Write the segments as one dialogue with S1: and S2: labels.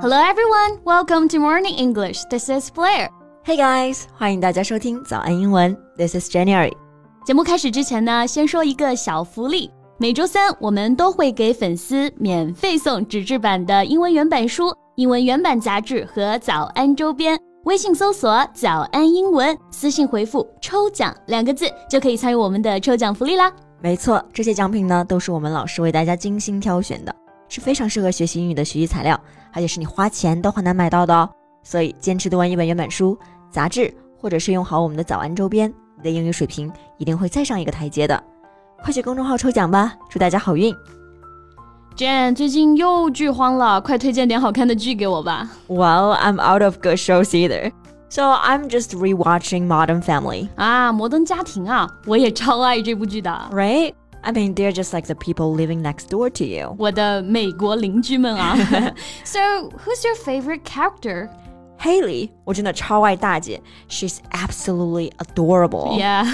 S1: Hello everyone, welcome to Morning English. This is Blair.
S2: Hey guys，欢迎大家收听早安英文，This is January。
S1: 节目开始之前呢，先说一个小福利。每周三我们都会给粉丝免费送纸质版的英文原版书、英文原版杂志和早安周边。微信搜索“早安英文”，私信回复“抽奖”两个字，就可以参与我们的抽奖福利啦。
S2: 没错，这些奖品呢都是我们老师为大家精心挑选的，是非常适合学习英语的学习材料，而且是你花钱都很难买到的哦。所以坚持读完一本原版书、杂志，或者是用好我们的早安周边，你的英语水平一定会再上一个台阶的。快去公众号抽奖吧，祝大家好运！
S1: Jane 最近又剧荒了，快推荐点好看的剧给我吧。
S2: Well, I'm out of good shows either. So I'm just rewatching Modern Family.
S1: 啊，《摩登家庭》啊，我也超爱这部剧的。
S2: Right? I mean, they're just like the people living next door to you.
S1: 我的美国邻居们啊。so, who's your favorite character?
S2: Haley, 我真的超爱大姐. She's absolutely
S1: Oh.
S2: adorable.
S1: Yeah，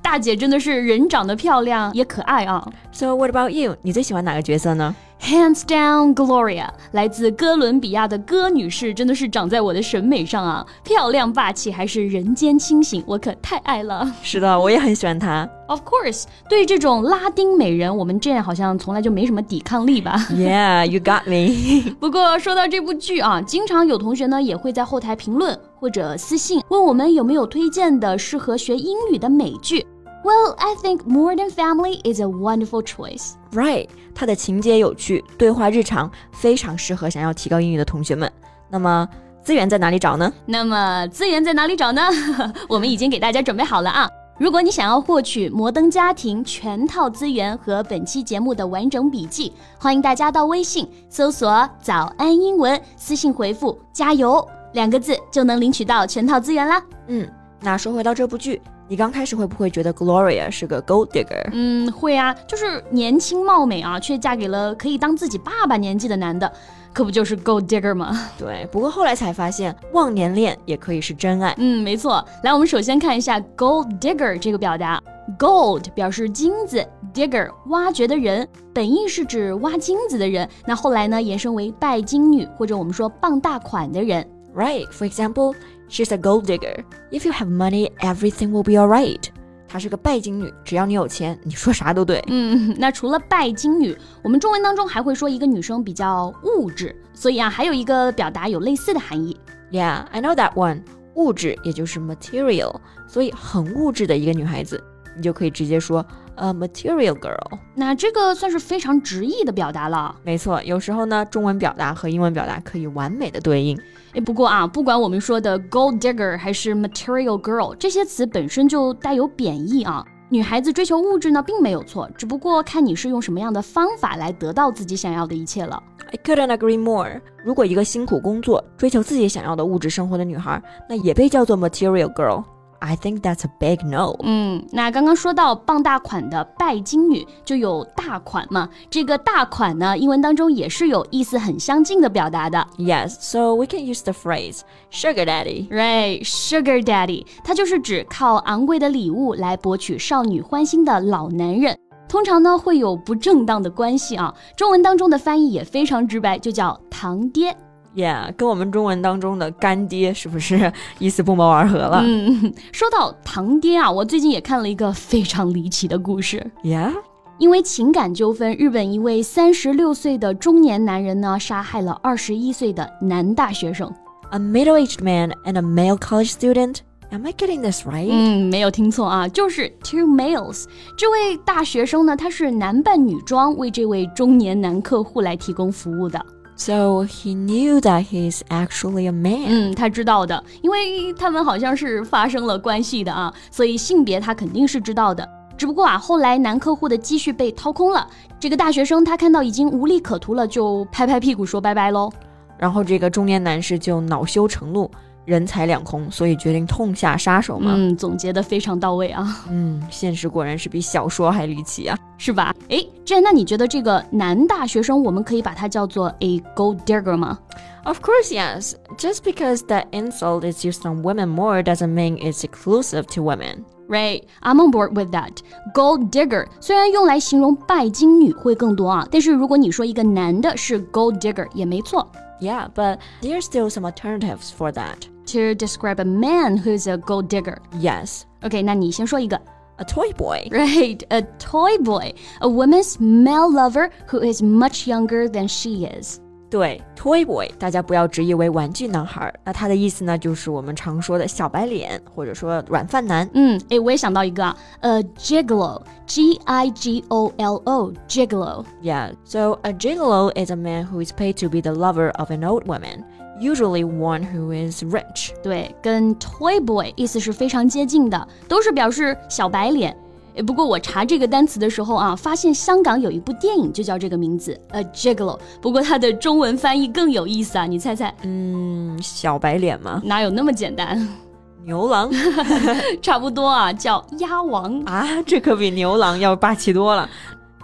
S1: 大 姐真的是人长得漂亮也可爱啊。
S2: So what about you? 你最喜欢哪个角色呢？
S1: Hands down, Gloria，来自哥伦比亚的歌女士，真的是长在我的审美上啊，漂亮霸气，还是人间清醒，我可太爱了。
S2: 是的，我也很喜欢她。
S1: Of course，对这种拉丁美人，我们这样好像从来就没什么抵抗力吧。
S2: Yeah, you got me.
S1: 不过说到这部剧啊，经常有同学呢也会在后台评论或者私信问我们有没有推荐的适合学英语的美剧。Well, I think Modern Family is a wonderful choice.
S2: Right，它的情节有趣，对话日常，非常适合想要提高英语的同学们。那么资源在哪里找呢？
S1: 那么资源在哪里找呢？ 我们已经给大家准备好了啊！如果你想要获取《摩登家庭》全套资源和本期节目的完整笔记，欢迎大家到微信搜索“早安英文”，私信回复“加油”两个字就能领取到全套资源啦。
S2: 嗯，那说回到这部剧，你刚开始会不会觉得 Gloria 是个 gold digger？
S1: 嗯，会啊，就是年轻貌美啊，却嫁给了可以当自己爸爸年纪的男的，可不就是 gold digger 吗？
S2: 对，不过后来才发现，忘年恋也可以是真爱。
S1: 嗯，没错。来，我们首先看一下 gold digger 这个表达，gold 表示金子，digger 挖掘的人，本意是指挖金子的人，那后来呢延伸为拜金女或者我们说傍大款的人。
S2: Right, for example, she's a gold digger. If you have money, everything will be alright. 她是个拜金女，只要你有钱，你说啥都对。
S1: 嗯，那除了拜金女，我们中文当中还会说一个女生比较物质，所以啊，还有一个表达有类似的含义。
S2: Yeah, I know that one. 物质也就是 material，所以很物质的一个女孩子，你就可以直接说 a material girl。
S1: 那这个算是非常直译的表达了。
S2: 没错，有时候呢，中文表达和英文表达可以完美的对应。
S1: 哎，不过啊，不管我们说的 gold digger 还是 material girl，这些词本身就带有贬义啊。女孩子追求物质呢，并没有错，只不过看你是用什么样的方法来得到自己想要的一切了。
S2: I couldn't agree more。如果一个辛苦工作、追求自己想要的物质生活的女孩，那也被叫做 material girl。I think that's a big no。
S1: 嗯，那刚刚说到傍大款的拜金女，就有大款嘛。这个大款呢，英文当中也是有意思很相近的表达的。
S2: Yes, so we can use the phrase sugar daddy.
S1: Right, sugar daddy，它就是指靠昂贵的礼物来博取少女欢心的老男人。通常呢会有不正当的关系啊，中文当中的翻译也非常直白，就叫堂爹。
S2: Yeah，跟我们中文当中的干爹是不是 意思不谋而合了、
S1: 嗯，说到堂爹啊，我最近也看了一个非常离奇的故事。
S2: y e a h
S1: 因为情感纠纷，日本一位三十六岁的中年男人呢，杀害了二十一岁的男大学生。
S2: a middle-aged man and a male college student. Am I getting this right?
S1: 嗯，没有听错啊，就是 two males。这位大学生呢，他是男扮女装为这位中年男客户来提供服务的。
S2: So he knew that he's actually a man.
S1: 嗯，他知道的，因为他们好像是发生了关系的啊，所以性别他肯定是知道的。只不过啊，后来男客户的积蓄被掏空了，这个大学生他看到已经无利可图了，就拍拍屁股说拜拜喽。
S2: 然后这个中年男士就恼羞成怒，人财两空，所以决定痛下杀手嘛。
S1: 嗯，总结的非常到位啊，
S2: 嗯现实果然是比小说还离奇啊。
S1: 是吧？诶，这那你觉得这个男大学生，我们可以把他叫做 a gold digger 吗？
S2: Of course, yes. Just because that insult is used on women more doesn't mean it's exclusive to women.
S1: Right, I'm on board with that. Gold digger 虽然用来形容拜金女会更多啊，但是如果你说一个男的是 gold digger 也没错。
S2: Yeah, but there are still some alternatives for that.
S1: to describe a man who's a gold digger.
S2: Yes,
S1: Okay, 那你先说一个。
S2: a toy boy.
S1: Right, a toy boy, a woman's male lover who is much younger than she is.
S2: 对，toy boy，大家不要直译为玩具男孩儿。那它的意思呢，就是我们常说的小白脸，或者说软饭男。
S1: 嗯，诶，我也想到一个啊，a gigolo, G I G O L O, gigolo.
S2: Yeah, so a gigolo is a man who is paid to be the lover of an old woman, usually one who is rich.
S1: 对，跟 toy boy 意思是非常接近的，都是表示小白脸。诶不过我查这个单词的时候啊，发现香港有一部电影就叫这个名字，A Gigolo。不过它的中文翻译更有意思啊，你猜猜
S2: 嗯，小白脸吗？
S1: 哪有那么简单？
S2: 牛郎
S1: 差不多啊，叫鸭王。
S2: 啊，这可比牛郎要霸气多了。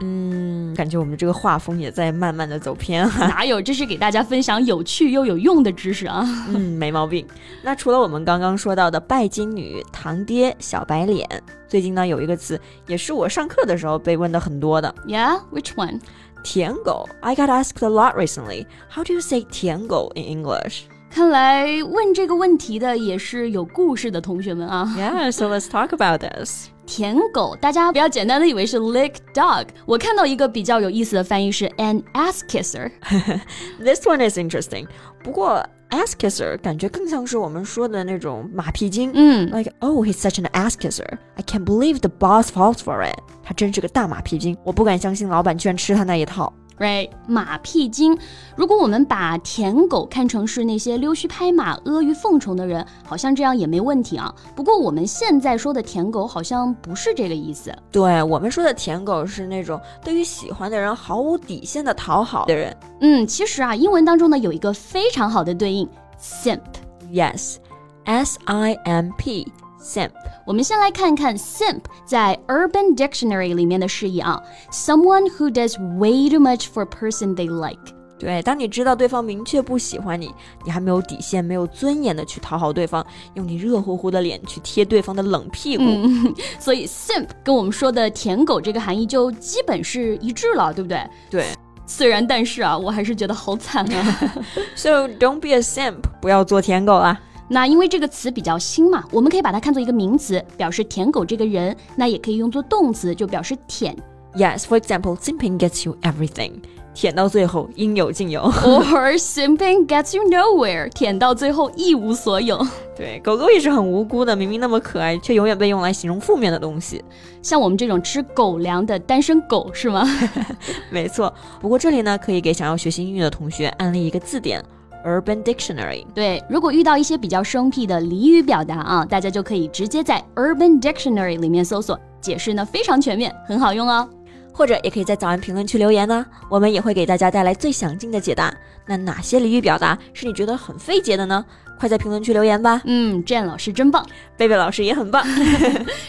S2: 嗯，感觉我们这个画风也在慢慢的走偏哈、
S1: 哪有？这是给大家分享有趣又有用的知识啊！
S2: 嗯，没毛病。那除了我们刚刚说到的拜金女、堂爹、小白脸，最近呢有一个词也是我上课的时候被问的很多的
S1: Yeah, which one?
S2: 舔狗。I got asked a lot recently. How do you say 舔狗 in English?
S1: 看来问这个问题的也是有故事的同学们啊。
S2: Yeah, so let's talk about this.
S1: 舔狗，大家不要简单的以为是 lick dog。我看到一个比较有意思的翻译是 an ass kisser。
S2: This one is interesting. 不过 ass kisser 感觉更像是我们说的那种马屁精。
S1: 嗯，
S2: Like, oh, he's such an ass kisser. I can't believe the boss falls for it. 他真是个大马屁精，我不敢相信老板居然吃他那一套。
S1: right，马屁精。如果我们把舔狗看成是那些溜须拍马、阿谀奉承的人，好像这样也没问题啊。不过我们现在说的舔狗好像不是这个意思。
S2: 对我们说的舔狗是那种对于喜欢的人毫无底线的讨好的人。
S1: 嗯，其实啊，英文当中呢有一个非常好的对应，simp。
S2: Yes, S I M P, simp.
S1: 我们先来看看 simp 在 Urban Dictionary 里面的释义啊，someone who does way too much for a person they like。
S2: 对，当你知道对方明确不喜欢你，你还没有底线、没有尊严的去讨好对方，用你热乎乎的脸去贴对方的冷屁股。
S1: 所以 simp 跟我们说的舔狗这个含义就基本是一致了，对不对？
S2: 对
S1: 虽然但是啊，我还是觉得好惨啊。
S2: ，So don't be a simp，不要做舔狗啊啦。
S1: 那因为这个词比较新嘛，我们可以把它看作一个名词，表示舔狗这个人；那也可以用作动词，就表示舔
S2: Yes, for example, simping gets you everything. 舔到最后应有尽有。
S1: ，or simping gets you nowhere，舔到最后一无所有。
S2: 对，狗狗也是很无辜的，明明那么可爱，却永远被用来形容负面的东西。
S1: 像我们这种吃狗粮的单身狗是吗？
S2: 没错，不过这里呢，可以给想要学习英语的同学安利一个字典 ——Urban Dictionary。
S1: 对，如果遇到一些比较生僻的俚语表达啊，大家就可以直接在 Urban Dictionary 里面搜索，解释呢非常全面，很好用哦。
S2: 或者也可以在早安评论区留言呢、我们也会给大家带来最详尽的解答。那哪些俚语表达是你觉得很费解的呢？快在评论区留言吧，
S1: 嗯，战老师真棒，
S2: 贝贝老师也很棒。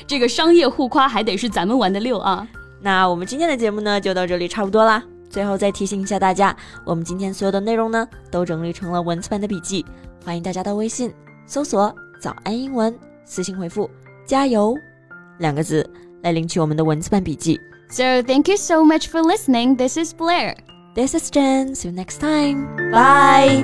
S1: 这个商业互夸还得是咱们玩的溜啊。
S2: 那我们今天的节目呢，就到这里差不多啦。最后再提醒一下大家，我们今天所有的内容呢，都整理成了文字版的笔记，欢迎大家到微信搜索“早安英文”，私信回复“加油”两个字来领取我们的文字版笔记。
S1: So thank you so much for listening. This is Blair.
S2: This is Jen. See you next time. Bye.